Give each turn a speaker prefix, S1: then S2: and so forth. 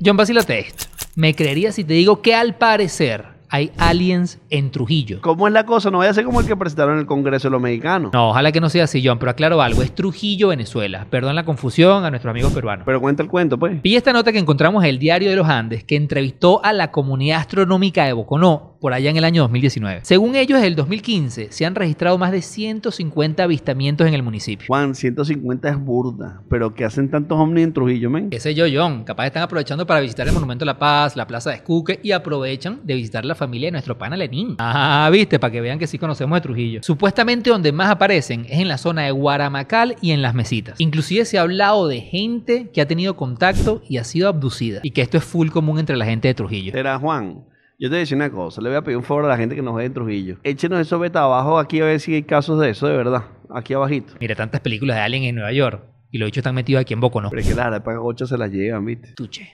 S1: John, vacílate esto. ¿Me creerías si te digo que al parecer hay aliens en Trujillo?
S2: ¿Cómo es la cosa? No vaya a ser como el que presentaron en el Congreso de los Mexicanos.
S1: No, ojalá que no sea así, John, pero aclaro algo. Es Trujillo, Venezuela. Perdón la confusión a nuestros amigos peruanos.
S2: Pero cuenta el cuento, pues.
S1: Pilla esta nota que encontramos en el Diario de los Andes, que entrevistó a la comunidad astronómica de Boconó por allá en el año 2019. Según ellos, desde el 2015 se han registrado más de 150 avistamientos en el municipio.
S2: Juan, 150 es burda. Pero ¿qué hacen tantos ovnis en Trujillo, men?
S1: Ese yo, John, capaz están aprovechando para visitar el Monumento de la Paz, la Plaza de Escuque y aprovechan de visitar la familia de nuestro pana Lenín. Ah, viste, para que vean que sí conocemos de Trujillo. Supuestamente donde más aparecen es en la zona de Guaramacal y en las mesitas. Inclusive se ha hablado de gente que ha tenido contacto y ha sido abducida. Y que esto es full común entre la gente de Trujillo.
S2: Era Juan. Yo te voy a decir una cosa, le voy a pedir un favor a la gente que nos ve en Trujillo. Échenos eso beta abajo aquí a ver si hay casos de eso, de verdad. Aquí abajito.
S1: Mira tantas películas de Alien en Nueva York. Y los bichos están metidos aquí en Boco, ¿no?
S2: Pero es que las arapagas 8 se las llevan, ¿viste?
S1: Tuche.